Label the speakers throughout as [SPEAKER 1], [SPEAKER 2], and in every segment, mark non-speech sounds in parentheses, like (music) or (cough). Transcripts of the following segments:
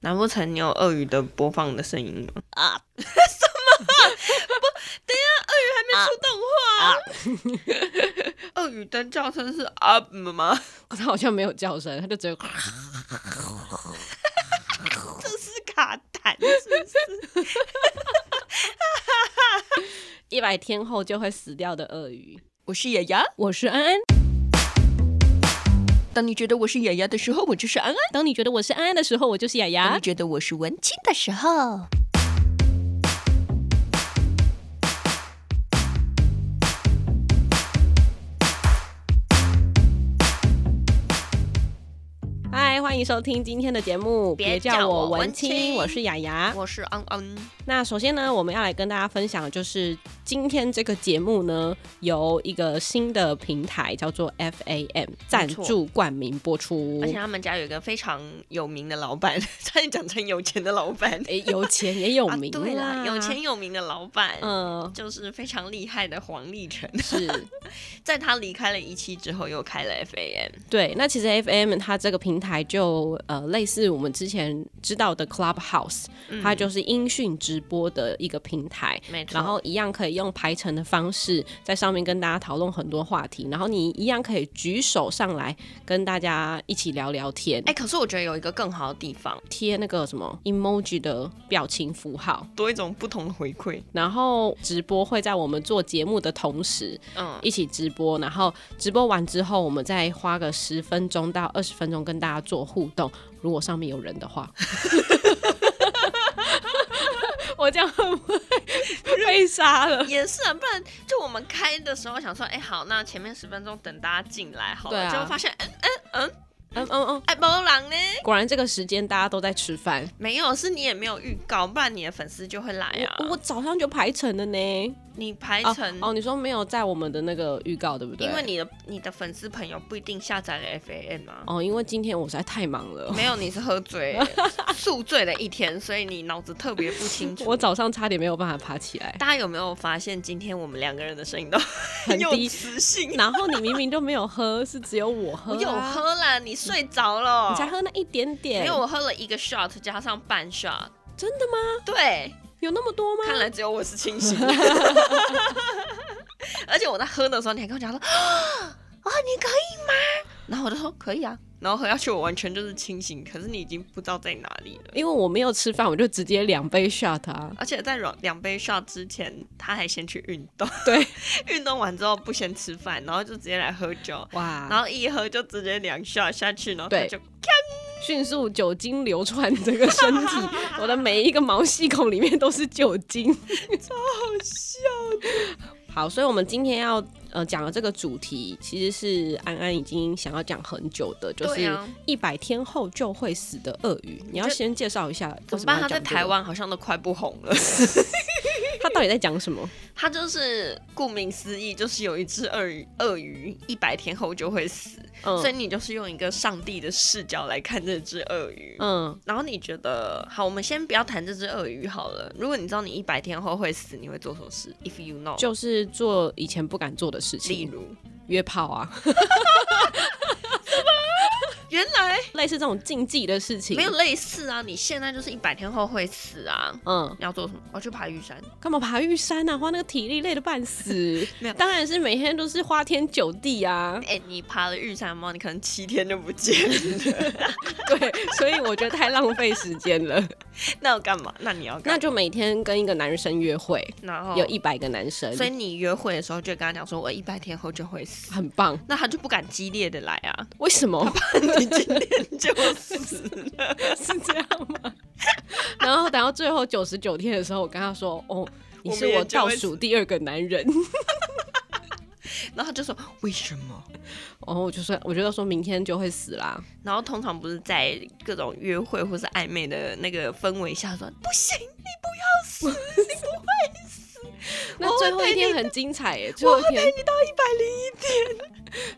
[SPEAKER 1] 难不成你有鳄鱼的播放的声音吗？ (laughs)
[SPEAKER 2] 啊
[SPEAKER 1] 还没出动画、啊， (laughs) 鳄鱼的叫声是啊吗？
[SPEAKER 2] 他好像没有叫声，他就只有
[SPEAKER 1] (laughs) 这是卡痰，是不是？
[SPEAKER 2] 一百天后就会死掉的鳄鱼。
[SPEAKER 1] (laughs) 我是雅雅，
[SPEAKER 2] 我是安安，
[SPEAKER 1] 当你觉得我是雅雅的时候，我就是安安；
[SPEAKER 2] 当你觉得我是安安的时候，我就是雅
[SPEAKER 1] 当
[SPEAKER 2] 雅
[SPEAKER 1] 你。觉得我是文青的时候，
[SPEAKER 2] 嗨，欢迎收听今天的节目，
[SPEAKER 1] 别
[SPEAKER 2] 叫
[SPEAKER 1] 叫我
[SPEAKER 2] 文
[SPEAKER 1] 文青
[SPEAKER 2] 我是雅雅。
[SPEAKER 1] 啊我是安安。
[SPEAKER 2] 那首先呢，我们要来跟大家分享，的就是今天这个节目呢，由一个新的平台叫做 FAM 赞助冠名播出
[SPEAKER 1] 而。且他们家有一个非常有名的老板， (laughs) 差点讲成有钱的老板。
[SPEAKER 2] 诶，有钱也有
[SPEAKER 1] 啊，
[SPEAKER 2] 名、
[SPEAKER 1] 对啦，有钱。有名的老板，
[SPEAKER 2] 嗯， (laughs)
[SPEAKER 1] 就是非常厉害的黄立成。
[SPEAKER 2] 是
[SPEAKER 1] 在他离开了一期之后，又开了 FAM。
[SPEAKER 2] 对。那其实 FM 它这个平台就呃类似我们之前知道的 Clubhouse，、它就是音讯直播的一个平台。
[SPEAKER 1] 嗯没错，
[SPEAKER 2] 然后一样可以用排程的方式在上面跟大家讨论很多话题，然后你一样可以举手上来跟大家一起聊聊天，
[SPEAKER 1] 哎、可是我觉得有一个更好的地方，
[SPEAKER 2] 贴那个什么 emoji 的表情符号，
[SPEAKER 1] 多一种不同的回馈。
[SPEAKER 2] 然后直播会在我们做节目的同时
[SPEAKER 1] 嗯，
[SPEAKER 2] 一起直播，然后直播完之后我们再花个十分钟到二十分钟跟大家做互动，如果上面有人的话。 (laughs) 我这样会不会被杀了？
[SPEAKER 1] 也是啊，不然就我们开的时候想说，哎、好，那前面十分钟等大家进来好
[SPEAKER 2] 对
[SPEAKER 1] 了，
[SPEAKER 2] 啊
[SPEAKER 1] 结果发现，嗯，
[SPEAKER 2] 嗯嗯嗯，
[SPEAKER 1] 哎，波浪呢？
[SPEAKER 2] 果然这个时间大家都在吃饭。
[SPEAKER 1] 没有，是你也没有预告，不然你的粉丝就会来啊。
[SPEAKER 2] 哎我我早上就排成了呢。
[SPEAKER 1] 你排
[SPEAKER 2] 哦
[SPEAKER 1] 成，
[SPEAKER 2] 哦，你说没有在我们的那个预告对不对？
[SPEAKER 1] 因为你的你的粉丝朋友不一定下载了 FAM 啊。
[SPEAKER 2] 哦，因为今天我实在太忙了， (laughs)
[SPEAKER 1] 没有，你是喝醉、宿醉了一天，所以你脑子特别不清楚。
[SPEAKER 2] 我早上差点没有办法爬起来，
[SPEAKER 1] 大家有没有发现，今天我们两个人的声音都
[SPEAKER 2] 很
[SPEAKER 1] 很有
[SPEAKER 2] 低。
[SPEAKER 1] 磁性？
[SPEAKER 2] 然后你明明就没有喝，是只有我喝、
[SPEAKER 1] 我有
[SPEAKER 2] 啊，
[SPEAKER 1] 喝啦，你睡着了，
[SPEAKER 2] 你才喝那一点点，
[SPEAKER 1] 没有，我喝了一个 shot 加上半
[SPEAKER 2] (laughs)
[SPEAKER 1] shot，
[SPEAKER 2] 真的吗？
[SPEAKER 1] 对，
[SPEAKER 2] 有那么多吗？
[SPEAKER 1] 看来只有我是清醒
[SPEAKER 2] (laughs)
[SPEAKER 1] 的。而且我在喝的时候，你还跟我讲说 (gasps) 啊，啊你可以吗？然后我就说可以啊，然后喝下去我完全就是清醒，可是你已经不知道在哪里了。
[SPEAKER 2] 因为我没有吃饭，我就直接两杯 shot 啊。
[SPEAKER 1] 而且在两两杯 shot 之前，他还先去运动，
[SPEAKER 2] 对，
[SPEAKER 1] (laughs) 运动完之后不先吃饭，然后就直接来喝酒，然
[SPEAKER 2] 哇，
[SPEAKER 1] 后一喝就直接两 shot 下去，然后他
[SPEAKER 2] 啊对
[SPEAKER 1] 就
[SPEAKER 2] 迅速酒精流窜整个身
[SPEAKER 1] (laughs)
[SPEAKER 2] 体，我的每一个毛细孔里面都是酒精。
[SPEAKER 1] 好笑。
[SPEAKER 2] 好，所以我们今天要呃讲的这个主题，其实是安安已经想要讲很久的，就
[SPEAKER 1] 对
[SPEAKER 2] 是
[SPEAKER 1] 啊
[SPEAKER 2] 一百天后就会死的鳄鱼。你要
[SPEAKER 1] 这
[SPEAKER 2] 先介绍一下
[SPEAKER 1] 怎
[SPEAKER 2] 为
[SPEAKER 1] 么
[SPEAKER 2] 什么
[SPEAKER 1] 办？
[SPEAKER 2] 要
[SPEAKER 1] 他在
[SPEAKER 2] 讲这个
[SPEAKER 1] 台，湾好像都快不红了。 (laughs)
[SPEAKER 2] 他到底在讲什么？
[SPEAKER 1] 它就是顾名思义，就是有一只鳄鱼，鳄鱼一百天后就会死，所以
[SPEAKER 2] 嗯
[SPEAKER 1] 你就是用一个上帝的视角来看这只鳄鱼。
[SPEAKER 2] 嗯，
[SPEAKER 1] 然后你觉得好，我们先不要谈这只鳄鱼好了。如果你知道你一百天后会死，你会做什么事？If you know，
[SPEAKER 2] 就是做以前不敢做的事
[SPEAKER 1] 例
[SPEAKER 2] 情，
[SPEAKER 1] 如，
[SPEAKER 2] 约炮啊，
[SPEAKER 1] 原来
[SPEAKER 2] 类似这种禁忌的事情。
[SPEAKER 1] 没有，类似啊，你现在就是一百天后会死啊。
[SPEAKER 2] 嗯，
[SPEAKER 1] 你要做什么？我去爬玉山。
[SPEAKER 2] 干嘛爬玉山啊？花那个体力累得半死
[SPEAKER 1] (laughs) 没有。
[SPEAKER 2] 当然是每天都是花天酒
[SPEAKER 1] (laughs)
[SPEAKER 2] 地啊。
[SPEAKER 1] 哎、你爬了玉山吗？你可能七天就不见了。
[SPEAKER 2] 对，所以我觉得太浪费时间
[SPEAKER 1] (laughs)
[SPEAKER 2] 了。
[SPEAKER 1] 那要干嘛？那你要干
[SPEAKER 2] 那
[SPEAKER 1] 嘛？
[SPEAKER 2] 就每天跟一个男生约会，
[SPEAKER 1] 那然后
[SPEAKER 2] 有一百个男生，
[SPEAKER 1] 哦所以你约会的时候就跟他讲说，我一百天后就会死，
[SPEAKER 2] 很棒。
[SPEAKER 1] 那他就不敢激烈的来 (laughs) 啊，
[SPEAKER 2] 为什么
[SPEAKER 1] 你今天就死了。
[SPEAKER 2] (laughs) 是这样吗？ (laughs) 然后等到最后九十九天的时候，我跟他说：“哦，你是我倒数第二个男人。
[SPEAKER 1] 然后他就说为什么？”
[SPEAKER 2] 然后我就说：“我觉得说明天就会死啦。
[SPEAKER 1] 然后通常不是在各种约会或是暧昧的那个氛围下说不行，
[SPEAKER 2] (laughs)
[SPEAKER 1] 你不要死，
[SPEAKER 2] 那最后一天很精彩耶！最后一天，
[SPEAKER 1] 你到一百零一天。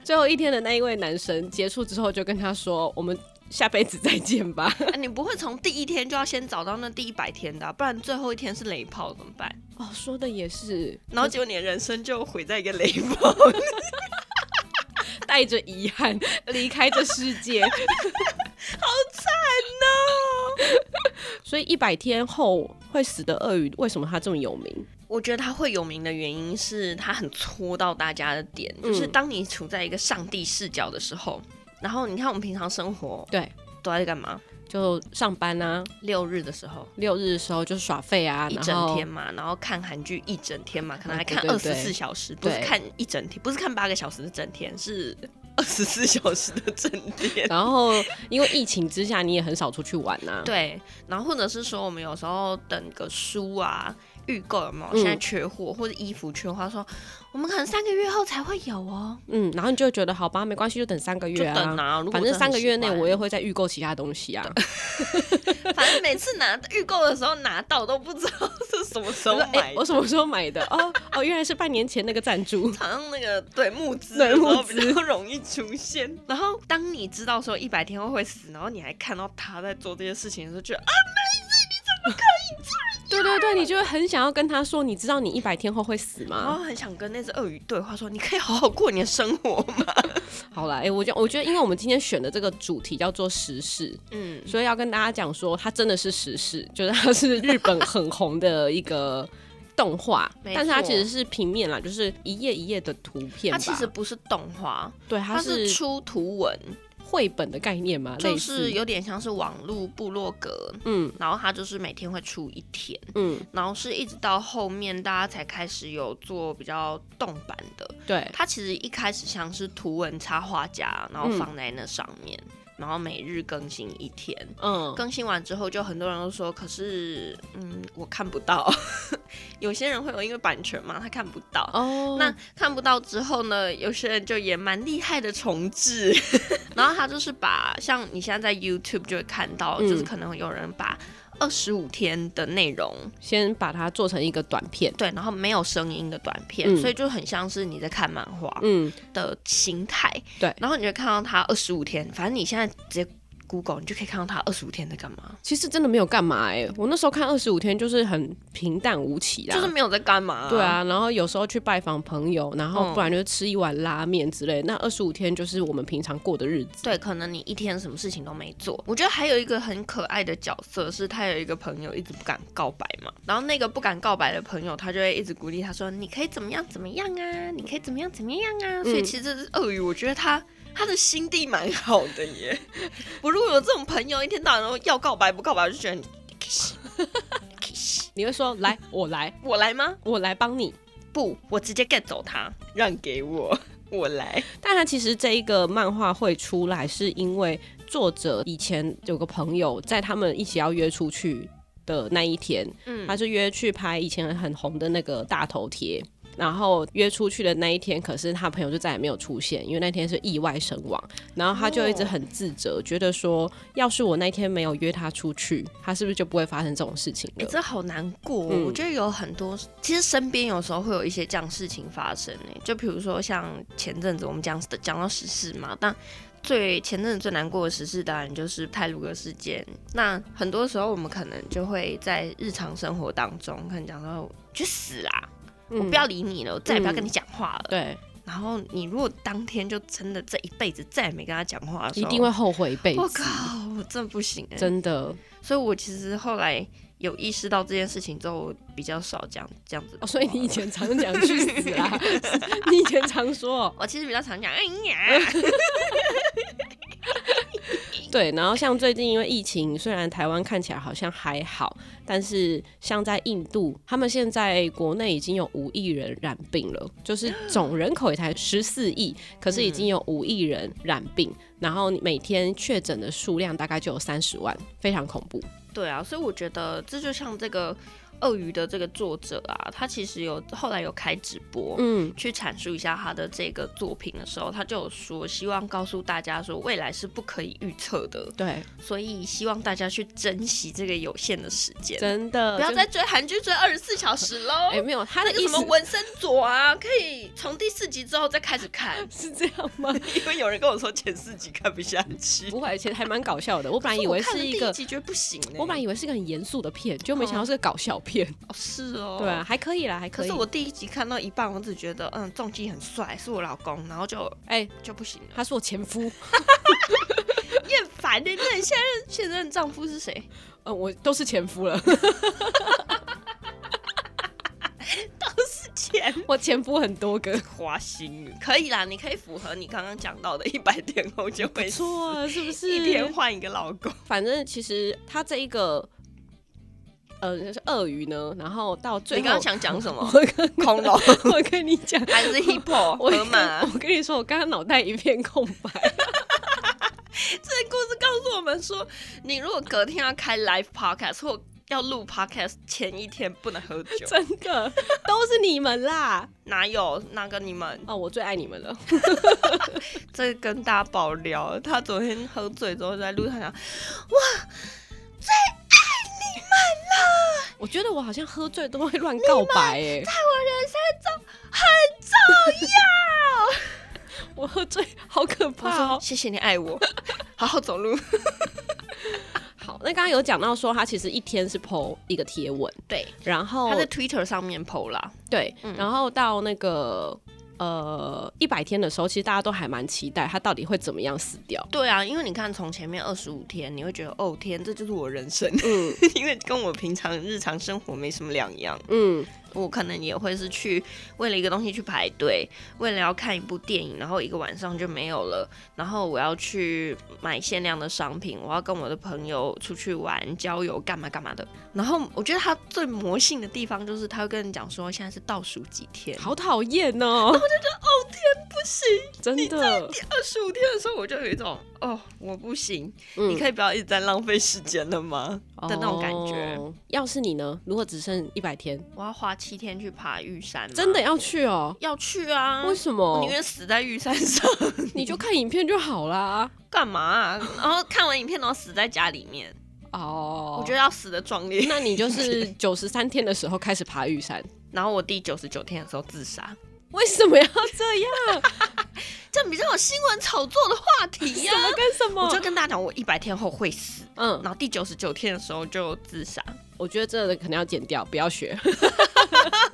[SPEAKER 2] 最后一天的那一位男生结束之后，就跟他说：“我们下辈子再见吧。
[SPEAKER 1] 啊你不会从第一天就要先找到那第一百天的啊、不然最后一天是雷炮怎么办？”
[SPEAKER 2] (laughs) 哦，说的也是，
[SPEAKER 1] 然后结果你的人生就毁在一个雷炮里。
[SPEAKER 2] 带着遗 (laughs) 憾离开这世界。
[SPEAKER 1] 好惨哦！
[SPEAKER 2] 所以一百天后会死的鳄鱼，为什么它这么有名？
[SPEAKER 1] 我觉得他会有名的原因是他很戳到大家的点，就是
[SPEAKER 2] 嗯
[SPEAKER 1] 当你处在一个上帝视角的时候，然后你看我们平常生活
[SPEAKER 2] 对，
[SPEAKER 1] 都在干嘛？
[SPEAKER 2] 就上班啊，
[SPEAKER 1] 六日的时候
[SPEAKER 2] 六日的时候就是耍废啊，
[SPEAKER 1] 一
[SPEAKER 2] 然
[SPEAKER 1] 整
[SPEAKER 2] 后啊
[SPEAKER 1] 天嘛，然后看韩剧一整天嘛，可能还
[SPEAKER 2] 对
[SPEAKER 1] 看
[SPEAKER 2] 对
[SPEAKER 1] 二
[SPEAKER 2] 对
[SPEAKER 1] 十四小时，不是
[SPEAKER 2] 对。
[SPEAKER 1] 看一整天，不是看八个小时的整天，是二十四小时的整天
[SPEAKER 2] (laughs) (laughs) 然后因为疫情之下，你也很少出去玩呐、啊。
[SPEAKER 1] 对，然后或者是说我们有时候等个书啊。预购有没有？
[SPEAKER 2] 嗯
[SPEAKER 1] 现在缺货、或者衣服缺货，他说我们可能三个月后才会有哦，
[SPEAKER 2] 嗯，然后你就会觉得好吧，没关系，就等三个
[SPEAKER 1] 就
[SPEAKER 2] 月啊。
[SPEAKER 1] 等啊。如果
[SPEAKER 2] 反
[SPEAKER 1] 真
[SPEAKER 2] 正
[SPEAKER 1] 的
[SPEAKER 2] 三个
[SPEAKER 1] 喜
[SPEAKER 2] 月内
[SPEAKER 1] 欢
[SPEAKER 2] 我也会再预购其他东西啊。
[SPEAKER 1] 反正每次拿预购的时候拿到都不知道是什么时候
[SPEAKER 2] 我说哎、
[SPEAKER 1] 买的，
[SPEAKER 2] 我什么时候买的？哦哦，原来是半年前那个赞助。
[SPEAKER 1] 好像那个对募资
[SPEAKER 2] 对
[SPEAKER 1] 的时
[SPEAKER 2] 募
[SPEAKER 1] 候比较容易出现。然后当你知道说一百天后会死，然后你还看到他在做这些事情的时候，觉得啊，
[SPEAKER 2] (laughs) 对对对，你就会很想要跟他说，你知道你一百天后会死
[SPEAKER 1] 然后
[SPEAKER 2] 吗？
[SPEAKER 1] 很想跟那只鳄鱼对话，说你可以好好过你的生活吗？
[SPEAKER 2] 好了，哎、我觉我觉得，因为我们今天选的这个主题叫做时事，
[SPEAKER 1] 嗯，，
[SPEAKER 2] 所以要跟大家讲说，它真的是时事，就是它是日本很红的一个动 (laughs) 画
[SPEAKER 1] 没
[SPEAKER 2] 但是它
[SPEAKER 1] 错
[SPEAKER 2] 其实是平面啦，就是一页一页的图片
[SPEAKER 1] 它
[SPEAKER 2] 吧。
[SPEAKER 1] 其实不是动画，
[SPEAKER 2] 对，它
[SPEAKER 1] 它是
[SPEAKER 2] 是
[SPEAKER 1] 出图文，
[SPEAKER 2] 绘本的概念嘛，
[SPEAKER 1] 就
[SPEAKER 2] 类
[SPEAKER 1] 是
[SPEAKER 2] 似。
[SPEAKER 1] 有点像是网络部落格。
[SPEAKER 2] 嗯
[SPEAKER 1] 然后它就是每天会出一天，
[SPEAKER 2] 嗯，
[SPEAKER 1] 然后是一直到后面大家才开始有做比较动版的，
[SPEAKER 2] 对，
[SPEAKER 1] 它其实一开始像是图文插画家，然后
[SPEAKER 2] 嗯
[SPEAKER 1] 放在那上面，然后每日更新一天。
[SPEAKER 2] 嗯，
[SPEAKER 1] 更新完之后，就很多人都说，可是，嗯，我看不到。 (laughs) 有些人会有因为版权嘛，他看不到。
[SPEAKER 2] 哦，
[SPEAKER 1] 那看不到之后呢，有些人就也蛮厉害的重置， (laughs) 然后他就是把像你现在在 YouTube 就会看到，
[SPEAKER 2] 嗯
[SPEAKER 1] 就是可能有人把二十五天的内容，
[SPEAKER 2] 先把它做成一个短片。
[SPEAKER 1] 对，然后没有声音的短片，
[SPEAKER 2] 嗯
[SPEAKER 1] 所以就很像是你在看漫画，
[SPEAKER 2] 嗯，
[SPEAKER 1] 的形态，
[SPEAKER 2] 对
[SPEAKER 1] 然后你就看到他二十五天，反正你现在直接 Google，你就可以看到他二十五天在干嘛，
[SPEAKER 2] 其实真的没有干嘛哎、我那时候看二十五天就是很平淡无奇啦，
[SPEAKER 1] 就是没有在干嘛、
[SPEAKER 2] 对，啊，然后有时候去拜访朋友，然后
[SPEAKER 1] 嗯
[SPEAKER 2] 不然就是吃一碗拉面之类。那二十五天就是我们平常过的日子。
[SPEAKER 1] 对，可能你一天什么事情都没做。我觉得还有一个很可爱的角色是，他有一个朋友一直不敢告白嘛，然后那个不敢告白的朋友，他就会一直鼓励他说：“你可以怎么样怎么样啊，你可以怎么样怎么样啊。所以其实这只鳄鱼，我觉得他。他的心地蛮好的耶， (laughs) 我如果有这种朋友，一天到晚都要告白不告白，我就觉得你
[SPEAKER 2] 你会说来，我来，
[SPEAKER 1] 我来吗？
[SPEAKER 2] 我来帮你。
[SPEAKER 1] 不，我直接 get 走他，让给我，我来。
[SPEAKER 2] 但它其实这一个漫画会出来，是因为作者以前有个朋友在他们一起要约出去的那一天，
[SPEAKER 1] 嗯
[SPEAKER 2] 他就约去拍以前很红的那个大头贴。然后约出去的那一天，可是他朋友就再也没有出现，因为那天是意外身亡。然后他就一
[SPEAKER 1] 哦
[SPEAKER 2] 直很自责，觉得说，要是我那天没有约他出去，他是不是就不会发生这种事情
[SPEAKER 1] 哎、
[SPEAKER 2] 了？
[SPEAKER 1] 这好难过哦、
[SPEAKER 2] 嗯
[SPEAKER 1] 我觉得有很多，其实身边有时候会有一些这样事情发生诶、就比如说像前阵子我们讲讲到时事嘛，但最前阵子最难过的时事当然就是泰鲁格事件。那很多时候我们可能就会在日常生活当中，可能讲到我去死啦，
[SPEAKER 2] 嗯
[SPEAKER 1] 我不要理你了，我再也不要跟你讲话了。
[SPEAKER 2] 对，
[SPEAKER 1] 然后你如果当天就真的这一辈子再也没跟他讲话的时
[SPEAKER 2] 一
[SPEAKER 1] 候，
[SPEAKER 2] 定会后悔一辈
[SPEAKER 1] 我
[SPEAKER 2] 子
[SPEAKER 1] 靠，，我真的不行哎、
[SPEAKER 2] 真的。
[SPEAKER 1] 所以我其实后来有意识到这件事情之后，我比较少讲这样子。
[SPEAKER 2] 哦，所以你以前常讲去死
[SPEAKER 1] (laughs)
[SPEAKER 2] 啦，你以前常说哦，
[SPEAKER 1] 我其实比较常讲，哎
[SPEAKER 2] (laughs)
[SPEAKER 1] 呀，
[SPEAKER 2] 对，然后像最近因为疫情，虽然台湾看起来好像还好，但是像在印度，他们现在国内已经有五亿人染病了，就是总人口也才十四亿，可是已经有五亿人染病，然后每天确诊的数量大概就有三十万，非常恐怖。
[SPEAKER 1] 对啊，所以我觉得这就像这个鳄鱼的这个作者啊，他其实有后来有开直播。
[SPEAKER 2] 嗯，
[SPEAKER 1] 去阐述一下他的这个作品的时候，他就有说，希望告诉大家说，未来是不可以预测的，
[SPEAKER 2] 对，
[SPEAKER 1] 所以希望大家去珍惜这个有限的时间，
[SPEAKER 2] 真的
[SPEAKER 1] 不要
[SPEAKER 2] 就
[SPEAKER 1] 再追韩剧追二十四小时喽。
[SPEAKER 2] 哎、没有他
[SPEAKER 1] 那
[SPEAKER 2] 的
[SPEAKER 1] 个
[SPEAKER 2] 意
[SPEAKER 1] 什么
[SPEAKER 2] 思，
[SPEAKER 1] 纹身左啊，可以从第四集之后再开始看
[SPEAKER 2] 是这样吗？ (laughs)
[SPEAKER 1] (laughs) 因为有人跟我说前四集看不下去。
[SPEAKER 2] 不会，其实还蛮搞笑的。我本来以为
[SPEAKER 1] 我看
[SPEAKER 2] 是一
[SPEAKER 1] 了第一
[SPEAKER 2] 个
[SPEAKER 1] 集觉得不行欸呢、
[SPEAKER 2] 我本来以为是个很严肃的片，就没想到是个搞笑片。
[SPEAKER 1] 哦是哦，
[SPEAKER 2] 对啊，。还可以啦，还可
[SPEAKER 1] 可
[SPEAKER 2] 以。
[SPEAKER 1] 是我第一集看到一半，我只觉得嗯，重击很帅，是我老公，然后就
[SPEAKER 2] 哎、
[SPEAKER 1] 就不行 (laughs) 了，
[SPEAKER 2] 他是我前夫，
[SPEAKER 1] 厌烦的。那你现任现任丈夫是谁？ (laughs)
[SPEAKER 2] 呃，我都是前夫了， (laughs)
[SPEAKER 1] 天，
[SPEAKER 2] 我前夫很多个，
[SPEAKER 1] 花心女可以啦，你可以符合你刚刚讲到的一百天后就会死，
[SPEAKER 2] 错啊，是不是？
[SPEAKER 1] (laughs) 一天换一个老公。
[SPEAKER 2] 反正其实他这一个，呃，就是鳄鱼呢，然后到最后，
[SPEAKER 1] 你刚刚想讲什 (laughs) 么？
[SPEAKER 2] 我跟
[SPEAKER 1] 恐龙
[SPEAKER 2] (laughs) 我跟你讲，
[SPEAKER 1] 还是 (laughs) hippo
[SPEAKER 2] 我
[SPEAKER 1] 河马？
[SPEAKER 2] 我跟你说，我刚刚脑袋一片空白。
[SPEAKER 1] 这故事告诉我们说，你如果隔天要开 live podcast 或要录 podcast 前一天不能喝酒，(laughs)
[SPEAKER 2] (laughs) 真的都是你们啦！
[SPEAKER 1] 哪有那个你们？
[SPEAKER 2] 哦，我最爱你们了。
[SPEAKER 1] 这跟大家爆料，他昨天喝醉之后在路上讲，
[SPEAKER 2] 我觉得我好像喝醉都会乱告白哎、我喝醉好可
[SPEAKER 1] 我
[SPEAKER 2] 怕
[SPEAKER 1] 说
[SPEAKER 2] 哦。
[SPEAKER 1] 谢谢你爱 (laughs) 我，好好走路。
[SPEAKER 2] 好，那刚刚有讲到说他其实一天是 PO 一个贴文，
[SPEAKER 1] 对，哦
[SPEAKER 2] 然后
[SPEAKER 1] 他在 Twitter 上面 PO 啦，
[SPEAKER 2] 对，
[SPEAKER 1] 嗯
[SPEAKER 2] 然后到那个。呃，一百天的时候，其实大家都还蛮期待他到底会怎么样死掉。
[SPEAKER 1] 对啊，因为你看从前面二十五天，你会觉得哦天，这就是我人生，
[SPEAKER 2] 嗯
[SPEAKER 1] (laughs) 因为跟我平常日常生活没什么两样。
[SPEAKER 2] 嗯，
[SPEAKER 1] 我可能也会是去为了一个东西去排队，为了要看一部电影，然后一个晚上就没有了。然后我要去买限量的商品，我要跟我的朋友出去玩、郊游，干嘛干嘛的。然后我觉得他最魔性的地方就是他会跟你讲说现在是倒数几天，
[SPEAKER 2] 好讨厌
[SPEAKER 1] (laughs)
[SPEAKER 2] 哦！我就觉得，哦天，不行，真的，
[SPEAKER 1] 二十五天的时候我就有一种哦我不行，
[SPEAKER 2] 嗯
[SPEAKER 1] 你可以不要一直在浪费时间了吗？的那种感觉。
[SPEAKER 2] 哦要是你呢？如果只剩一百天，
[SPEAKER 1] 我要花七天去爬玉山吗，
[SPEAKER 2] 真的要去哦？
[SPEAKER 1] 要去啊！
[SPEAKER 2] 为什
[SPEAKER 1] 我
[SPEAKER 2] 么
[SPEAKER 1] 宁？愿死在玉山上。
[SPEAKER 2] 你就看影片就
[SPEAKER 1] (laughs)
[SPEAKER 2] 好啦。
[SPEAKER 1] 干嘛啊、然后看完影片，然后死在家里面，
[SPEAKER 2] 哦
[SPEAKER 1] 我觉得要死的壮烈。
[SPEAKER 2] 那你就是九十三天的时候开始爬玉山，
[SPEAKER 1] (laughs) 然后我第九十九天的时候自杀，
[SPEAKER 2] 为什么要这样？
[SPEAKER 1] 这比较有新闻炒作的话题呀、
[SPEAKER 2] 什么跟什
[SPEAKER 1] 我就
[SPEAKER 2] 么？
[SPEAKER 1] 跟大家讲，我一百天后会死，
[SPEAKER 2] 嗯，
[SPEAKER 1] 然后第九十九天的时候就自杀。
[SPEAKER 2] 我觉得这个可能要剪掉，不要学。 (laughs)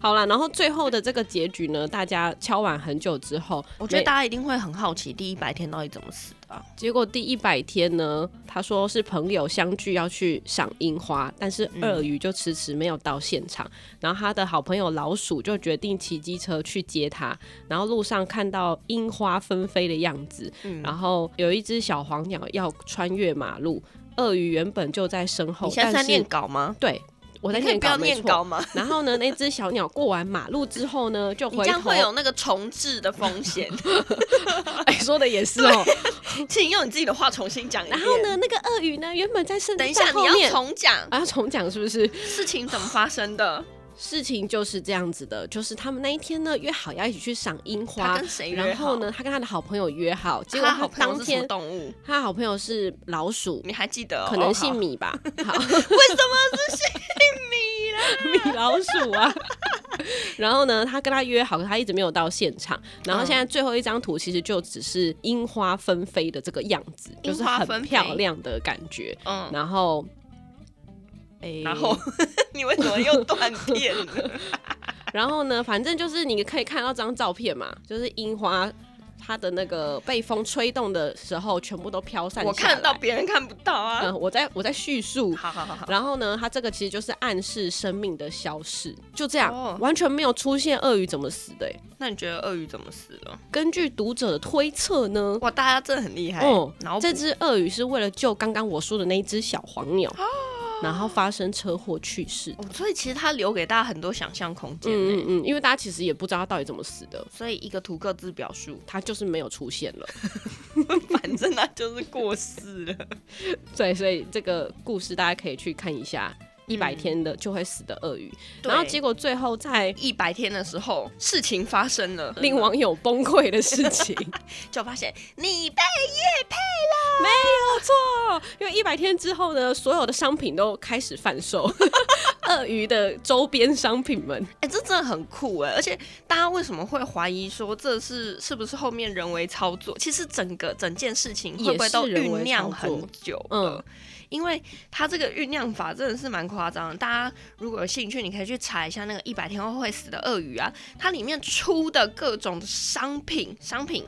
[SPEAKER 2] 好啦，然后最后的这个结局呢，大家敲完很久之后，
[SPEAKER 1] 我觉得
[SPEAKER 2] 没
[SPEAKER 1] 大家一定会很好奇，第一百天到底怎么死的、啊？
[SPEAKER 2] 结果第一百天呢，他说是朋友相聚要去赏樱花，但是
[SPEAKER 1] 嗯
[SPEAKER 2] 鳄鱼就迟迟没有到现场。然后他的好朋友老鼠就决定骑机车去接他，然后路上看到樱花纷飞的样子，
[SPEAKER 1] 嗯
[SPEAKER 2] 然后有一只小黄鸟要穿越马路，鳄鱼原本就在身后，
[SPEAKER 1] 你现在是在
[SPEAKER 2] 哦但是
[SPEAKER 1] 念稿吗？
[SPEAKER 2] 对。我在
[SPEAKER 1] 你可以
[SPEAKER 2] 念
[SPEAKER 1] 不
[SPEAKER 2] 稿，
[SPEAKER 1] 要
[SPEAKER 2] 没
[SPEAKER 1] 念
[SPEAKER 2] 错
[SPEAKER 1] 稿吗？
[SPEAKER 2] 然后呢，那只小鸟过完马路之后呢，就
[SPEAKER 1] 你
[SPEAKER 2] 回
[SPEAKER 1] 这样
[SPEAKER 2] 头
[SPEAKER 1] 会。有那个重置的风
[SPEAKER 2] (laughs)
[SPEAKER 1] 险，
[SPEAKER 2] 哎，说的也是哦。
[SPEAKER 1] 请用你自己的话重新讲一遍。
[SPEAKER 2] 然后？呢，那个鳄鱼呢，原本在圣
[SPEAKER 1] 等一下，
[SPEAKER 2] 在后
[SPEAKER 1] 你要
[SPEAKER 2] 面
[SPEAKER 1] 重讲
[SPEAKER 2] 啊，要重讲是不是？
[SPEAKER 1] 事情怎么发生的，
[SPEAKER 2] 事情就是这样子的，就是他们那一天呢约好要一起去赏樱
[SPEAKER 1] 他
[SPEAKER 2] 花，
[SPEAKER 1] 跟谁约好？
[SPEAKER 2] 然后呢，他跟他的好朋友约好，结果
[SPEAKER 1] 他好朋友
[SPEAKER 2] 当
[SPEAKER 1] 是什么
[SPEAKER 2] 天
[SPEAKER 1] 动物？
[SPEAKER 2] 他好朋友是老鼠，
[SPEAKER 1] 你还记得哦、
[SPEAKER 2] 可能姓
[SPEAKER 1] 哦
[SPEAKER 2] 米吧，好
[SPEAKER 1] (laughs) 好为什么是姓米啦？
[SPEAKER 2] 米老鼠啊。然后呢，他跟他约好，可他一直没有到现场。然后
[SPEAKER 1] 嗯
[SPEAKER 2] 现在最后一张图其实就只是樱花纷飞的这个样子，就
[SPEAKER 1] 樱
[SPEAKER 2] 是
[SPEAKER 1] 花
[SPEAKER 2] 很
[SPEAKER 1] 纷飞
[SPEAKER 2] 漂亮的感觉。
[SPEAKER 1] 嗯，
[SPEAKER 2] 然后，诶
[SPEAKER 1] 然 (laughs) 后你为什么又断片了？
[SPEAKER 2] (laughs) 然后呢，反正就是你可以看到这张照片嘛，就是樱花它的那个被风吹动的时候，全部都飘散下
[SPEAKER 1] (laughs)
[SPEAKER 2] 来。
[SPEAKER 1] 我看到，别人看不到啊。
[SPEAKER 2] 嗯，我在我在叙述。
[SPEAKER 1] 好好好好，
[SPEAKER 2] 然后呢，它这个其实就是暗示生命的消逝，就这样，
[SPEAKER 1] 哦
[SPEAKER 2] 完全没有出现鳄鱼怎么死的欸。
[SPEAKER 1] 那你觉得鳄鱼怎么死的？
[SPEAKER 2] 根据读者的推测呢，
[SPEAKER 1] 哇，大家真的很厉害。
[SPEAKER 2] 哦
[SPEAKER 1] 然后
[SPEAKER 2] 这只鳄鱼是为了救刚刚我说的那一只小黄鸟，然后发生车祸去世。
[SPEAKER 1] 哦，所以其实它留给大家很多想象空间、
[SPEAKER 2] 嗯
[SPEAKER 1] 欸。
[SPEAKER 2] 嗯嗯，因为大家其实也不知道它到底怎么死的，，
[SPEAKER 1] 所以一个图各自表述 (laughs)
[SPEAKER 2] 它就是没有出现了。
[SPEAKER 1] 反正它就是过世了。
[SPEAKER 2] 对，所以这个故事大家可以去看一下。一百天的就会死的鳄
[SPEAKER 1] 嗯
[SPEAKER 2] 鱼，然后结
[SPEAKER 1] 果
[SPEAKER 2] 果最后在
[SPEAKER 1] 一百天的时候，事情发生了，
[SPEAKER 2] 令网友崩溃的事情，
[SPEAKER 1] 就发现你被
[SPEAKER 2] 因为一百天之后呢，所有的商品都开始贩售， (laughs) 鳄鱼的周边商品们，
[SPEAKER 1] 哎、这真的很酷哎！而且大家为什么会怀疑说这是是不是后面人为操作？其实整个整件事情会不会都
[SPEAKER 2] 也是
[SPEAKER 1] 酝
[SPEAKER 2] 人为
[SPEAKER 1] 酿
[SPEAKER 2] 操作
[SPEAKER 1] 很久了？
[SPEAKER 2] 嗯
[SPEAKER 1] 因为它这个酝酿法真的是蛮夸张的。大家如果有兴趣，你可以去查一下那个一百天后会死的鳄鱼啊，它里面出的各种商品商品。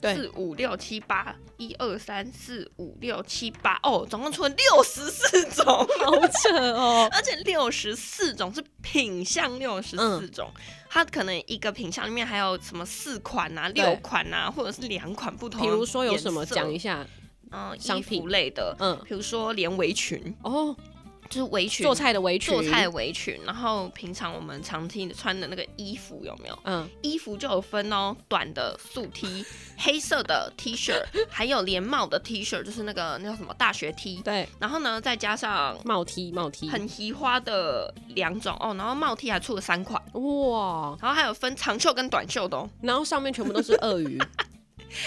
[SPEAKER 2] 对
[SPEAKER 1] 四五六七八，一二三四五六七八，哦，总共出了六十四种，
[SPEAKER 2] 好扯
[SPEAKER 1] (laughs)
[SPEAKER 2] 哦。
[SPEAKER 1] 而且六十四种是品相六十四
[SPEAKER 2] 嗯
[SPEAKER 1] 种，它可能一个品相里面还有什么四款啊、
[SPEAKER 2] 对
[SPEAKER 1] 六款啊，或者是两款不同。
[SPEAKER 2] 比如说有什么讲一
[SPEAKER 1] 下，
[SPEAKER 2] 下？
[SPEAKER 1] 嗯、
[SPEAKER 2] 商
[SPEAKER 1] 衣
[SPEAKER 2] 品
[SPEAKER 1] 服类的，
[SPEAKER 2] 嗯，
[SPEAKER 1] 比如说连围裙，
[SPEAKER 2] 哦，
[SPEAKER 1] 就是围裙
[SPEAKER 2] 做菜的围裙，
[SPEAKER 1] 做菜的围裙，然后平常我们常听穿的那个衣服有没有？
[SPEAKER 2] 嗯，
[SPEAKER 1] 衣服就有分哦，短的素 T，黑 (laughs) 色的 T 恤， (laughs) 还有连帽的 T 恤，就是那个那叫什么大学 T，
[SPEAKER 2] 对，
[SPEAKER 1] 然后呢再加上
[SPEAKER 2] 帽 T 帽 T，
[SPEAKER 1] 很奇花的两种哦，然后帽 T 还出了三款，
[SPEAKER 2] 哇，
[SPEAKER 1] 然后还有分长袖跟短袖的哦，
[SPEAKER 2] 然后上面全部都是
[SPEAKER 1] (laughs)
[SPEAKER 2] 鳄鱼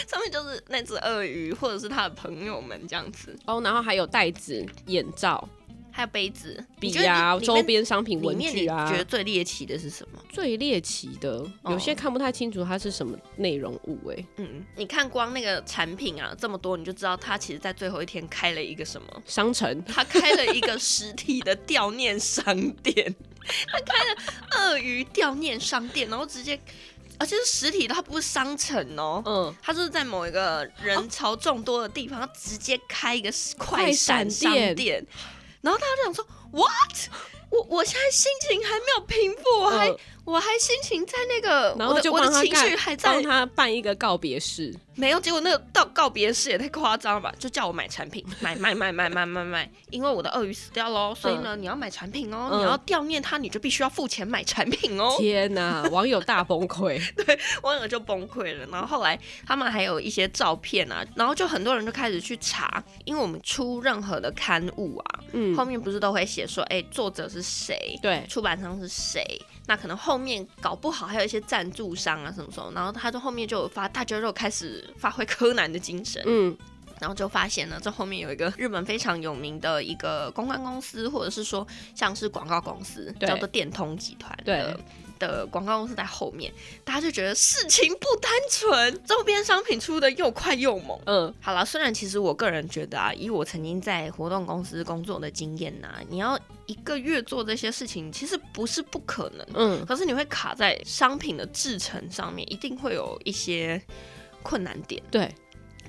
[SPEAKER 1] 上面就是那只鳄鱼或者是他的朋友们这样子，
[SPEAKER 2] 哦，然后还有袋子、眼罩、
[SPEAKER 1] 还有杯子、
[SPEAKER 2] 笔啊、
[SPEAKER 1] 你觉得
[SPEAKER 2] 周
[SPEAKER 1] 里里面
[SPEAKER 2] 边商品、
[SPEAKER 1] 里
[SPEAKER 2] 文
[SPEAKER 1] 面你
[SPEAKER 2] 具啊
[SPEAKER 1] 觉。得最猎奇的是什么？
[SPEAKER 2] 最猎奇的，有
[SPEAKER 1] 哦
[SPEAKER 2] 些看不太清楚它是什么内容物哎、
[SPEAKER 1] 嗯，你看光那个产品啊这么多，你就知道它其实在最后一天开了一个什么。
[SPEAKER 2] 商城
[SPEAKER 1] 他开了一个实体的悼念商店，他开了鳄鱼悼念商店，然后直接，而且是实体的，它不是商城哦。
[SPEAKER 2] 嗯，
[SPEAKER 1] 它就是在某一
[SPEAKER 2] 哦
[SPEAKER 1] 个人潮众多的地方，它直接开一个快
[SPEAKER 2] 快
[SPEAKER 1] 闪
[SPEAKER 2] 闪
[SPEAKER 1] 商
[SPEAKER 2] 店
[SPEAKER 1] 店，然后大家就想说，what？我我现在心情还没有平复，我还、
[SPEAKER 2] 嗯
[SPEAKER 1] 我还心情在那个，
[SPEAKER 2] 然
[SPEAKER 1] 我
[SPEAKER 2] 后
[SPEAKER 1] 的
[SPEAKER 2] 就
[SPEAKER 1] 我
[SPEAKER 2] 帮
[SPEAKER 1] 的
[SPEAKER 2] 他
[SPEAKER 1] 情绪
[SPEAKER 2] 干
[SPEAKER 1] 还在
[SPEAKER 2] 帮他办一个告别式，
[SPEAKER 1] 没有，结果那个到告别式也太夸张了吧？就叫我买产
[SPEAKER 2] (laughs)
[SPEAKER 1] 品，买买买买买买买，因为我的鳄鱼死掉喽，所以呢，你要买产品哦，
[SPEAKER 2] 嗯
[SPEAKER 1] 你要悼念它，你就必须要付钱买产品哦。
[SPEAKER 2] 天哪、网友大崩
[SPEAKER 1] (laughs)
[SPEAKER 2] 溃，
[SPEAKER 1] 网友就崩溃了，然后后来他们还有一些照片啊，然后就很多人就开始去查，因为我们出任何的刊物啊，
[SPEAKER 2] 嗯
[SPEAKER 1] 后，面不是都会写说，哎、作者是谁，
[SPEAKER 2] 对，
[SPEAKER 1] 出版商是谁，那可能后面搞不好还有一些赞助商啊什么什么，然后他就后面就有发，大家就开始发挥柯南的精神，
[SPEAKER 2] 嗯，
[SPEAKER 1] 然后就发现呢，这后面有一个日本非常有名的一个公关公司，或者是说像是广告公司，
[SPEAKER 2] 对
[SPEAKER 1] 叫做电通集团的
[SPEAKER 2] 对
[SPEAKER 1] 的广告公司在后面，大家就觉得事情不单纯，周边商品出的又快又猛。
[SPEAKER 2] 嗯，
[SPEAKER 1] 好啦，虽然其实我个人觉得啊，以我曾经在活动公司工作的经验呐、你要一个月做这些事情，其实不是不可能，
[SPEAKER 2] 嗯，
[SPEAKER 1] 可是你会卡在商品的制成上面，一定会有一些困难点。
[SPEAKER 2] 对，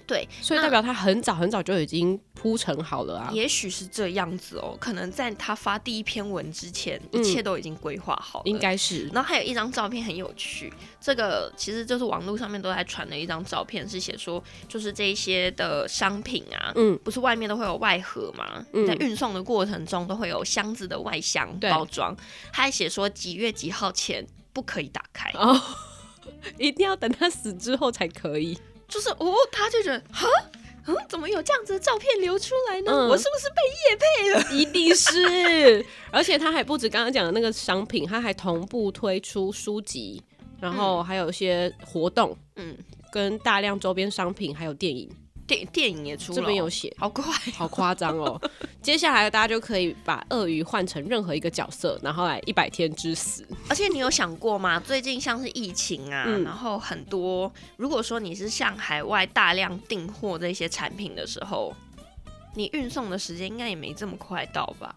[SPEAKER 1] 对，
[SPEAKER 2] 所以
[SPEAKER 1] 那
[SPEAKER 2] 代表他很早很早就已经铺陈好了啊，
[SPEAKER 1] 也许是这样子哦，可能在他发第一篇文之前，一
[SPEAKER 2] 嗯
[SPEAKER 1] 切都已经规划好了。
[SPEAKER 2] 应。该是，
[SPEAKER 1] 然后还有一张照片很有趣，这个其实就是网络上面都在传的一张照片，是写说就是这一些的商品啊，
[SPEAKER 2] 嗯，
[SPEAKER 1] 不是外面都会有外盒嘛，
[SPEAKER 2] 嗯
[SPEAKER 1] 在运送的过程中都会有箱子的外箱
[SPEAKER 2] 对
[SPEAKER 1] 包装，他还写说几月几号前不可以打开，
[SPEAKER 2] 哦，一定要等他死之后才可以，
[SPEAKER 1] 就是哦，他就觉得哈。嗯，怎么有这样子的照片流出来呢？
[SPEAKER 2] 嗯
[SPEAKER 1] 我是不是被
[SPEAKER 2] 一定是，而且他还不止刚刚讲的那个商品，他还同步推出书籍，然后还有一些活动，
[SPEAKER 1] 嗯
[SPEAKER 2] 跟大量周边商品，还有电影，
[SPEAKER 1] 电电影也出了哦？
[SPEAKER 2] 这边有写，
[SPEAKER 1] 好快
[SPEAKER 2] 好夸张哦。接下来大家就可以把鳄鱼换成任何一个角色，然后来一百天之死。
[SPEAKER 1] 而且你有想过吗？最近像是疫情啊，
[SPEAKER 2] 嗯
[SPEAKER 1] 然后很多，如果说你是向海外大量订货这些产品的时候，你运送的时间应该也没这么快到吧？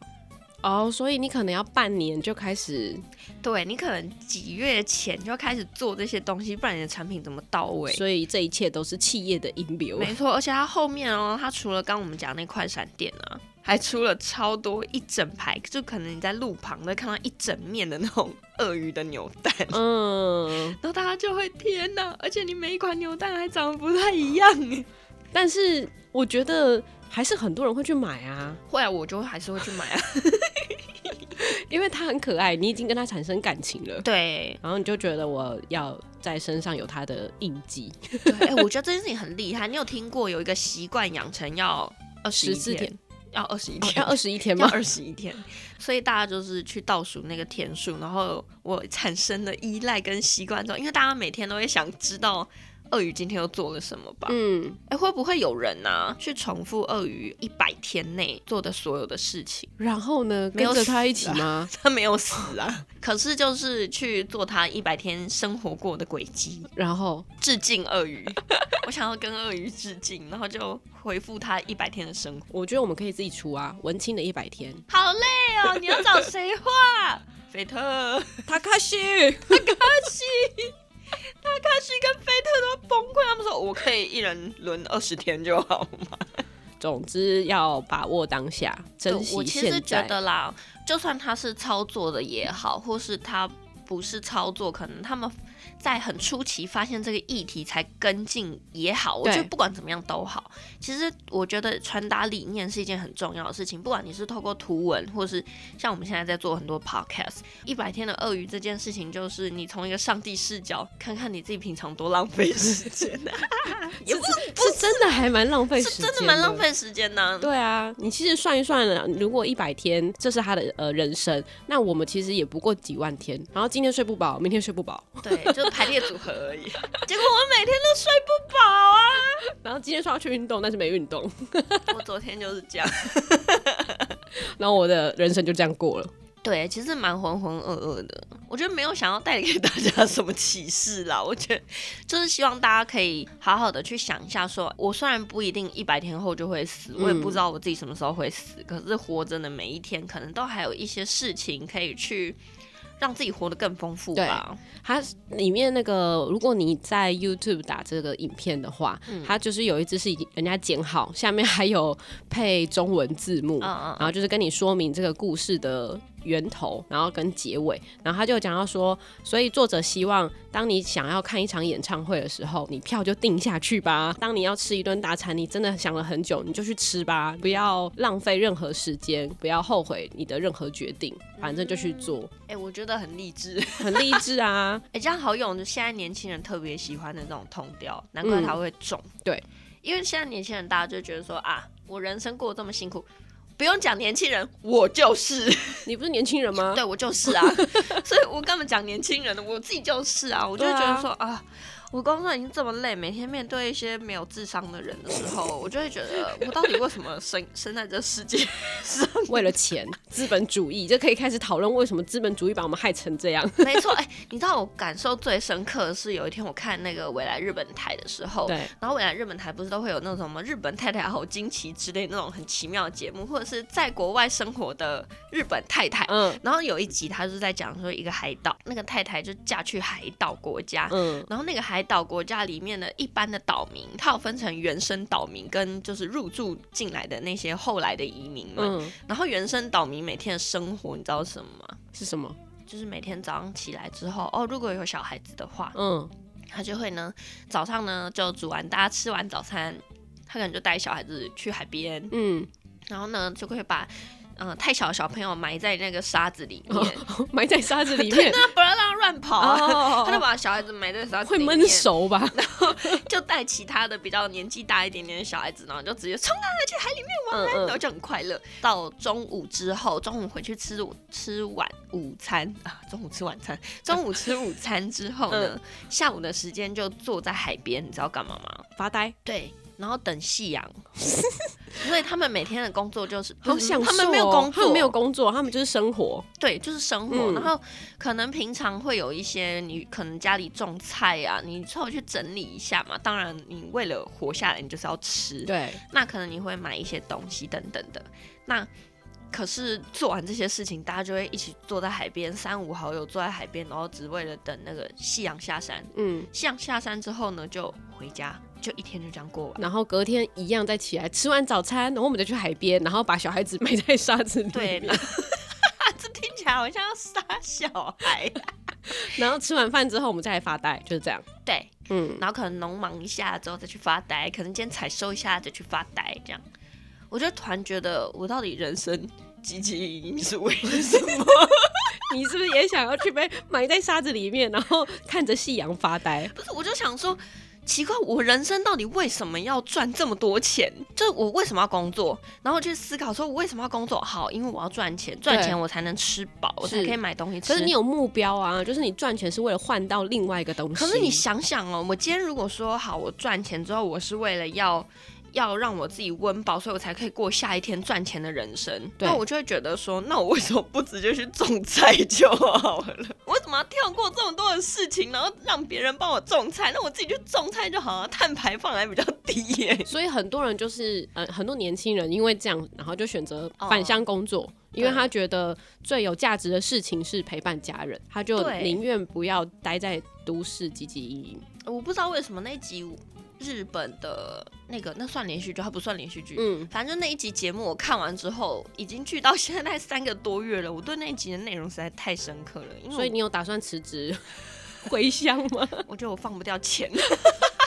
[SPEAKER 2] 哦，所以你可能要半年就开始，
[SPEAKER 1] 对你可能几月前就要开始做这些东西，不然你的产品怎么到位？
[SPEAKER 2] 所以这一切都是企业的引
[SPEAKER 1] (laughs)
[SPEAKER 2] 流。
[SPEAKER 1] 没错，而且它后面哦，它除了刚我们讲那快闪店啊， (laughs) 还出了超多一整排，就可能你在路旁都看到一整面的那种鳄鱼的扭蛋，
[SPEAKER 2] 嗯，
[SPEAKER 1] 然后大家就会天哪！而且你每一款扭蛋还长得不太一样哎。
[SPEAKER 2] 但是我觉得还是很多人会去买啊。
[SPEAKER 1] (laughs) 后来我就还是会去买啊。
[SPEAKER 2] 因为它很可爱，你已经跟它产生感情
[SPEAKER 1] (laughs)
[SPEAKER 2] 了，
[SPEAKER 1] 对，
[SPEAKER 2] 然后你就觉得我要在身上有它的印记，
[SPEAKER 1] 对，哎、我觉得这件事情很厉害。你有听过有一个习惯养成要二十
[SPEAKER 2] 14天，
[SPEAKER 1] 要二十一
[SPEAKER 2] 哦
[SPEAKER 1] 天，
[SPEAKER 2] (laughs) 要二十一
[SPEAKER 1] (laughs)
[SPEAKER 2] 天
[SPEAKER 1] 要
[SPEAKER 2] 吗？
[SPEAKER 1] 二十一天， (laughs) 所以大家就是去倒数那个天数，然后我产生的依赖跟习惯之后，因为大家每天都会想知道鳄鱼今天又做了什么吧？哎、
[SPEAKER 2] 嗯，
[SPEAKER 1] 会不会有人啊去重复鳄鱼一百天内做的所有的事情？
[SPEAKER 2] 然后呢，
[SPEAKER 1] 没有
[SPEAKER 2] 跟着它一
[SPEAKER 1] 死
[SPEAKER 2] 起
[SPEAKER 1] 啊
[SPEAKER 2] 吗？
[SPEAKER 1] (laughs) 他没有死啊， (laughs) 可是就是去做他一百天生活过的轨迹。
[SPEAKER 2] 然后
[SPEAKER 1] 致敬鳄鱼， (laughs) 我想要跟鳄鱼致敬，然后就回复他一百天的生活。
[SPEAKER 2] 我觉得我们可以自己出啊，文青的一百天，
[SPEAKER 1] 好累哦，你要找 (laughs) 谁画？菲特，
[SPEAKER 2] 塔卡西，
[SPEAKER 1] 卡西跟菲特都崩溃，他们说我可以一人轮二十天就好吗？
[SPEAKER 2] 总之要把握当下，珍
[SPEAKER 1] 我
[SPEAKER 2] 惜
[SPEAKER 1] 其实
[SPEAKER 2] 现
[SPEAKER 1] 觉
[SPEAKER 2] 在。
[SPEAKER 1] 得啦，就算他是操作的也好，或是他不是操作，可能他们在很初期发现这个议题才跟进也好，我
[SPEAKER 2] 对
[SPEAKER 1] 觉得不管怎么样都好。其实我觉得传达理念是一件很重要的事情，不管你是透过图文，或是像我们现在在做很多 podcast，一百天的鳄鱼这件事情，就是你从一个上帝视角看看你自己平常多浪费时间、
[SPEAKER 2] (laughs)
[SPEAKER 1] 也不啊
[SPEAKER 2] 是真的还蛮浪费时
[SPEAKER 1] 是
[SPEAKER 2] 间，
[SPEAKER 1] 真的蛮浪。费时间呢、
[SPEAKER 2] 对啊，你其实算一算了，如果一百天，这是他的呃人生，那我们其实也不过几万天。然后今天睡不饱，明天睡不饱， (laughs)
[SPEAKER 1] 对，就是排列组合而已。结果我每天都睡不饱啊！
[SPEAKER 2] 然后今天说要去运动，但是没运动， (laughs)
[SPEAKER 1] (laughs) 我昨天就是这样。
[SPEAKER 2] 然后我的人生就这样过了。
[SPEAKER 1] 对，其实蛮浑浑噩噩的。我觉得没有想要带给大家什么启示啦。我觉得就是希望大家可以好好的去想一下说我虽然不一定一百天后就会死，我也不知道我自己什么时候会死，可是活着的每一天，可能都还有一些事情可以去让自己活得更丰富吧。
[SPEAKER 2] 它里面那个，如果你在 YouTube 打这个影片的话，
[SPEAKER 1] 嗯
[SPEAKER 2] 它就是有一只是已经人家剪好，下面还有配中文字幕，
[SPEAKER 1] 嗯嗯
[SPEAKER 2] 然后就是跟你说明这个故事的源头，然后跟结尾，然后他就讲到说，所以作者希望当你想要看一场演唱会的时候，你票就定下去吧；当你要吃一顿大餐，你真的想了很久，你就去吃吧，不要浪费任何时间，不要后悔你的任何决定，反正就去做，
[SPEAKER 1] 哎、我觉得很励志。
[SPEAKER 2] 很励志啊。
[SPEAKER 1] 哎、这样好用，就现在年轻人特别喜欢的那种痛调，难怪他会中。
[SPEAKER 2] 嗯对，
[SPEAKER 1] 因为现在年轻人大家就觉得说啊，我人生过得这么辛苦，不用讲年轻人，我
[SPEAKER 2] (laughs)
[SPEAKER 1] 就是，
[SPEAKER 2] 你不是年轻人吗？
[SPEAKER 1] 对我就是
[SPEAKER 2] (laughs)
[SPEAKER 1] 啊，所以我根本讲年轻人的，我自己就是啊，我就会觉得说啊。我工作已经这么累，每天面对一些没有智商的人的时候，我就会觉得，我到底为什么生生在这世
[SPEAKER 2] (laughs)
[SPEAKER 1] 界上？
[SPEAKER 2] 为了钱，资本主义就可以开始讨论为什么资本主义把我们害成这样。
[SPEAKER 1] 没错，哎、你知道我感受最深刻的是，有一天我看那个未来日本台的时候，
[SPEAKER 2] 对，
[SPEAKER 1] 然后未来日本台不是都会有那种什么日本太太好惊奇之类那种很奇妙的节目，或者是在国外生活的日本太太。
[SPEAKER 2] 嗯
[SPEAKER 1] 然后有一集他就是在讲说一个海岛，那个太太就嫁去海岛国家。
[SPEAKER 2] 嗯，
[SPEAKER 1] 然后那个海岛国家里面的一般的岛民，它有分成原生岛民跟就是入住进来的那些后来的移民们。
[SPEAKER 2] 嗯，
[SPEAKER 1] 然后原生岛民每天的生活，你知道是什么吗？
[SPEAKER 2] 是什么？
[SPEAKER 1] 就是每天早上起来之后，哦，如果有小孩子的话，
[SPEAKER 2] 嗯，
[SPEAKER 1] 他就会呢，早上呢就煮完，大家吃完早餐，他可能就带小孩子去海边，
[SPEAKER 2] 嗯，
[SPEAKER 1] 然后呢就会把。嗯、太小的小朋友埋在那个沙子里
[SPEAKER 2] 哦 (laughs)
[SPEAKER 1] 面，
[SPEAKER 2] 埋在沙子里
[SPEAKER 1] (laughs)
[SPEAKER 2] 面，
[SPEAKER 1] 那不要让他乱跑啊！
[SPEAKER 2] 哦
[SPEAKER 1] 他就把小孩子埋在沙子
[SPEAKER 2] 会
[SPEAKER 1] 里面，
[SPEAKER 2] 闷熟吧？
[SPEAKER 1] 就带其他的比较年纪大一点点的小孩子，然后就直接冲啊去海里面玩，
[SPEAKER 2] 嗯嗯
[SPEAKER 1] 然后就很快乐。到中午之后，中午回去吃吃晚午餐啊，中午吃晚餐，中午吃午餐之后呢，
[SPEAKER 2] 嗯
[SPEAKER 1] 下午的时间就坐在海边，你知道干嘛吗？
[SPEAKER 2] 发呆，
[SPEAKER 1] 对，然后等夕阳。所以他们每天的工作就是，
[SPEAKER 2] 好
[SPEAKER 1] 不是
[SPEAKER 2] 享受哦。
[SPEAKER 1] 嗯他们没有工
[SPEAKER 2] 他
[SPEAKER 1] 作，
[SPEAKER 2] 们没有工作，他们就是生活。
[SPEAKER 1] 对，就是生活。
[SPEAKER 2] 嗯
[SPEAKER 1] 然后可能平常会有一些你可能家里种菜啊，你稍微去整理一下嘛。当然，你为了活下来，你就是要吃。
[SPEAKER 2] 对，
[SPEAKER 1] 那可能你会买一些东西等等的。那可是做完这些事情，大家就会一起坐在海边，三五好友坐在海边，然后只为了等那个夕阳下山。
[SPEAKER 2] 嗯，
[SPEAKER 1] 夕阳下山之后呢，就回家，就一天就这样过完。
[SPEAKER 2] 然后隔天一样再起来，吃完早餐，然后我们就去海边，然后把小孩子埋在沙子里
[SPEAKER 1] 对
[SPEAKER 2] 面，
[SPEAKER 1] 了， (laughs) 这听起来好像要杀小孩。
[SPEAKER 2] 然后吃完饭之后我们再来发呆，就是这样。
[SPEAKER 1] (laughs) 对，
[SPEAKER 2] 嗯，
[SPEAKER 1] 然后可能农忙一下之后再去发呆，可能今天采收一下再去发呆，这样。我就突然觉得，我到底人生汲汲营营是为了什么？
[SPEAKER 2] 你是不是也想要去被埋在沙子里面，然后看着夕阳发呆？
[SPEAKER 1] (laughs) 不是，我就想说，奇怪，我人生到底为什么要赚这么多钱？就是我为什么要工作？然后去思考，说我为什么要工作？好，因为我要赚钱，赚
[SPEAKER 2] 对
[SPEAKER 1] 钱我才能吃饱，我才
[SPEAKER 2] 是
[SPEAKER 1] 可以买东西吃。
[SPEAKER 2] 可是你有目标啊，就是你赚钱是为了换到另外一个东西。
[SPEAKER 1] 可是你想想哦，我今天如果说好，我赚钱之后，我是为了要要让我自己温饱，所以我才可以过下一天赚钱的人生，
[SPEAKER 2] 对
[SPEAKER 1] 那我就会觉得说，那我为什么不直接去种菜就好了？
[SPEAKER 2] (laughs)
[SPEAKER 1] 我为什么要跳过这么多的事情，然后让别人帮我种菜？那我自己去种菜就好了，碳排放还比较低耶、
[SPEAKER 2] 所以很多人就是呃，很多年轻人因为这样，然后就选择返乡工作，因为他觉得最有价值的事情是陪伴家人，他就
[SPEAKER 1] 对
[SPEAKER 2] 宁愿不要待在都市汲汲营营。
[SPEAKER 1] 我不知道为什么那一集日本的那个那算连续剧，它不算连续剧。
[SPEAKER 2] 嗯，
[SPEAKER 1] 反正那一集节目我看完之后，已经剧到现在大概三个多月了，我对那一集的内容实在太深刻了，因为我
[SPEAKER 2] 所以你有打算辞 (laughs) 职回乡 (laughs) 吗？
[SPEAKER 1] 我觉得我放不掉钱， (laughs)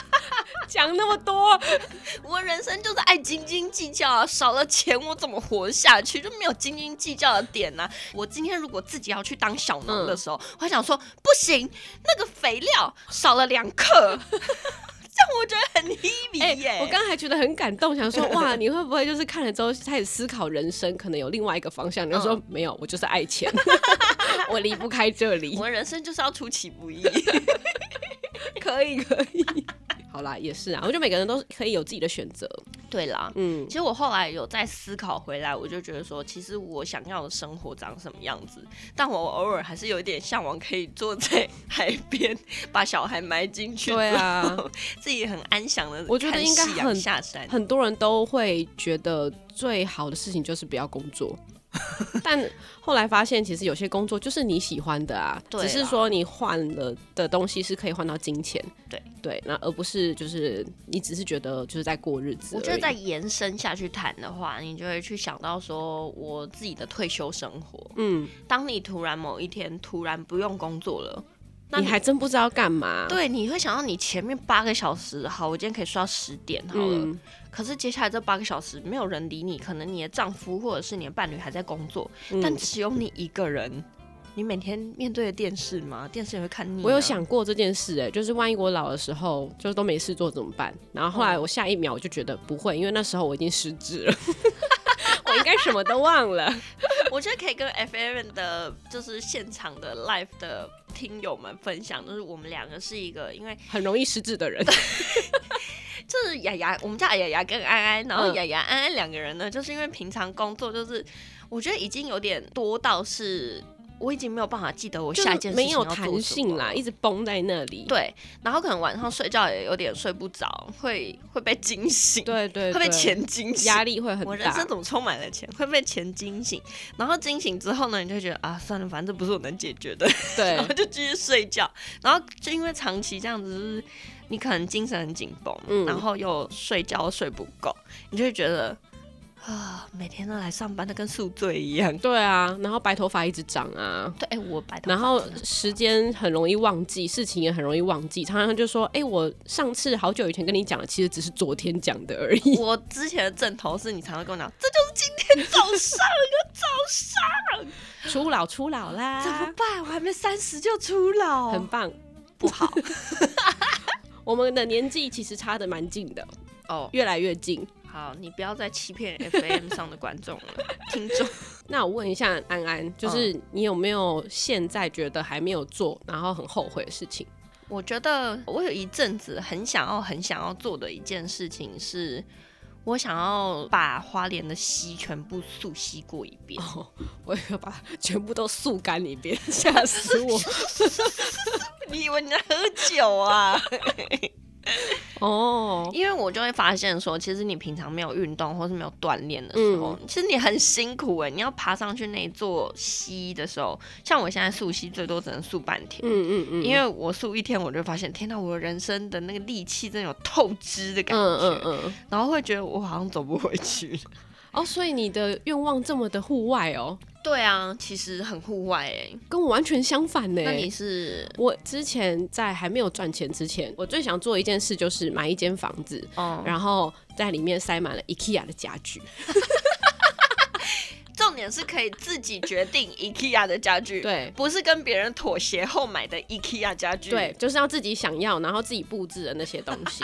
[SPEAKER 2] 讲那么多，
[SPEAKER 1] 我人生就是爱斤斤计较啊，少了钱我怎么活下去？就没有斤斤计较的点呢、我今天如果自己要去当小农
[SPEAKER 2] 嗯
[SPEAKER 1] 的时候，我还想说不行，那个肥料少了两克， (laughs) 这样我觉得很 heavy 耶、
[SPEAKER 2] 哎我刚才觉得很感动，想说 (laughs) 哇，你会不会就是看了之后开始思考人生，可能有另外一个方向？你就说、
[SPEAKER 1] 嗯
[SPEAKER 2] 没有，我就是爱 (laughs) 钱，我离不开这里
[SPEAKER 1] 我。们人生就是要出其不意，
[SPEAKER 2] 可以，可以。 (laughs) 好啦，也是啊，我觉得每个人都可以有自己的选择。
[SPEAKER 1] 对啦。
[SPEAKER 2] 嗯
[SPEAKER 1] 其，实我后来有在思考回来，我就觉得说，其实我想要的生活长什么样子，但我偶尔还是有一点向往，可以坐在 (laughs) 海边，把小孩埋进去，
[SPEAKER 2] 对啊，
[SPEAKER 1] (laughs) 自己很安详的，
[SPEAKER 2] 我觉得应该很
[SPEAKER 1] 下山。
[SPEAKER 2] 很多人都会觉得最好的事情就是不要工
[SPEAKER 1] (laughs)
[SPEAKER 2] 作，但后来发现其实有些工作就是你喜欢的啊，
[SPEAKER 1] 对啦
[SPEAKER 2] 只是说你换了的东西是可以换到金钱，
[SPEAKER 1] 对
[SPEAKER 2] 对，那而不是就是你只是觉得就是在过日子而已。
[SPEAKER 1] 我觉得再延伸下去谈的话，你就会去想到说我自己的退休生活。
[SPEAKER 2] 嗯，
[SPEAKER 1] 当你突然某一天突然不用工作了，那
[SPEAKER 2] 你还真不知道干嘛。
[SPEAKER 1] 对你会想到你前面八个小时，好，我今天可以睡到十点好了。
[SPEAKER 2] 嗯，
[SPEAKER 1] 可是接下来这八个小时没有人理你，可能你的丈夫或者是你的伴侣还在工作，
[SPEAKER 2] 嗯
[SPEAKER 1] 但只有你一个人。你每天面对的电视吗？电视也会看腻、啊。
[SPEAKER 2] 我有想过这件事、哎，就是万一我老的时候就是都没事做怎么办？然后后
[SPEAKER 1] 嗯
[SPEAKER 2] 来我下一秒我就觉得不会，因为那时候我已经失智了， (laughs) 我应该什么都忘了。
[SPEAKER 1] (laughs) 我觉得可以跟 FM 的，就是现场的 live 的听友们分享，就是我们两个是一个，因为
[SPEAKER 2] 很容易失智的人。
[SPEAKER 1] 就是雅雅，我们家雅雅跟安安，然后
[SPEAKER 2] 嗯
[SPEAKER 1] 雅雅、安安两个人呢，就是因为平常工作，就是我觉得已经有点多到是我已经没有办法记得我
[SPEAKER 2] 就
[SPEAKER 1] 下一
[SPEAKER 2] 是
[SPEAKER 1] 件事情
[SPEAKER 2] 没有
[SPEAKER 1] 要做
[SPEAKER 2] 弹
[SPEAKER 1] 什么
[SPEAKER 2] 性啦，一直绷在那里。
[SPEAKER 1] 对，然后可能晚上睡觉也有点睡不着，会会被惊醒，
[SPEAKER 2] 对对对，
[SPEAKER 1] 会被钱惊醒，
[SPEAKER 2] 压力会很
[SPEAKER 1] 我人
[SPEAKER 2] 大
[SPEAKER 1] 生。怎么充满了钱？会被钱惊醒，然后惊醒之后呢，你就会觉得啊，算了，反正这不是我能解决的，
[SPEAKER 2] 对
[SPEAKER 1] 然后就继续睡觉。然后就因为长期这样子，就是你可能精神很紧绷，
[SPEAKER 2] 嗯
[SPEAKER 1] 然后又睡觉又睡不够，你就会觉得啊，每天都来上班，都跟宿醉一样。
[SPEAKER 2] 对啊，然后白头发一直长啊。
[SPEAKER 1] 对，哎、我白头发
[SPEAKER 2] 然后
[SPEAKER 1] 真的
[SPEAKER 2] 时间很容易忘记，事情也很容易忘记，常常就说：“哎、我上次好久以前跟你讲的，其实只是昨天讲的而已。 (laughs)
[SPEAKER 1] 我之前的正头是你常常跟我讲，这就是今天早上
[SPEAKER 2] 初老，初老啦，
[SPEAKER 1] 怎么办？我还没三十就出老，
[SPEAKER 2] 很棒，
[SPEAKER 1] 不
[SPEAKER 2] (laughs)
[SPEAKER 1] 好
[SPEAKER 2] 我们的年纪其实差的蛮近的，
[SPEAKER 1] 哦。
[SPEAKER 2] 越来越近。
[SPEAKER 1] 好，你不要再欺骗 (laughs) FM 上的观众了，听众。
[SPEAKER 2] 那我问一下安安，就是嗯你有没有现在觉得还没有做，然后很后悔的事情？
[SPEAKER 1] 我觉得我有一阵子很想要、很想要做的一件事情是。我想要把花莲的溪全部速吸过一遍，
[SPEAKER 2] 哦，我要把它全部都速干一遍，吓死我！
[SPEAKER 1] 你以为你在喝酒啊？
[SPEAKER 2] (laughs) 哦，
[SPEAKER 1] (laughs) 因为我就会发现说，其实你平常没有运动或是没有锻炼的时候，其实你很辛苦哎、你要爬上去那座溪的时候，像我现在溯溪最多只能溯半天，
[SPEAKER 2] 嗯嗯嗯，
[SPEAKER 1] 因为我溯一天，我就发现，天呐，我人生的那个力气真的有透支的感觉，
[SPEAKER 2] 嗯嗯嗯，
[SPEAKER 1] 然后会觉得我好像走不回去。
[SPEAKER 2] 哦，所以你的愿望这么的户外哦，
[SPEAKER 1] (laughs) 对啊，其实很户外哎、
[SPEAKER 2] 跟我完全相反呢。
[SPEAKER 1] 那你是
[SPEAKER 2] 我之前在还没有赚钱之前，我最想做一件事就是买一间房子，
[SPEAKER 1] 哦，
[SPEAKER 2] 然后在里面塞满了 IKEA 的家具。
[SPEAKER 1] 重点是可以自己决定 IKEA 的家具，，
[SPEAKER 2] 对嗯
[SPEAKER 1] 不是跟别人妥协后买的 IKEA 家具。
[SPEAKER 2] 对，，就是要自己想要，然后自己布置的那些东 (laughs) 西。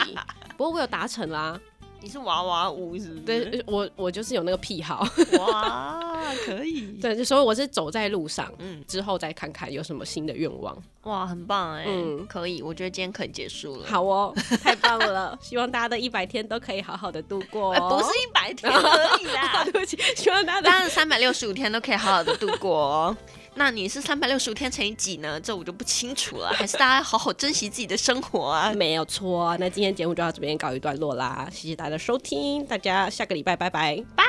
[SPEAKER 2] 不过我有达成啦，
[SPEAKER 1] 你是娃娃屋是
[SPEAKER 2] 嗯
[SPEAKER 1] 不是？
[SPEAKER 2] 对我我就是有那个癖 (laughs) 好，
[SPEAKER 1] 对，哇，可 (laughs) 以，
[SPEAKER 2] 对，所以我是走在路上，
[SPEAKER 1] 嗯，
[SPEAKER 2] 之后再看看有什么新的愿望。
[SPEAKER 1] 哇，很棒哎、
[SPEAKER 2] 嗯
[SPEAKER 1] 可以，我觉得今天可以结束了。
[SPEAKER 2] 好哦， (laughs) 太棒了！ (laughs) 希望大家的一百天都可以好好的度过、
[SPEAKER 1] 呃，不
[SPEAKER 2] 哦。
[SPEAKER 1] 是一百天而已 (laughs) 啦，
[SPEAKER 2] (laughs) 对不起，希望大家的。
[SPEAKER 1] 当然三百六十五天都可以好好的度过哦。 (laughs) 那你是三百六十五天乘以几呢？这我就不清楚了，还是大家好好珍惜自己的生活啊
[SPEAKER 2] 没有错。那今天节目就到这边告一段落啦，谢谢大家的收听，大家下个礼拜拜拜，拜。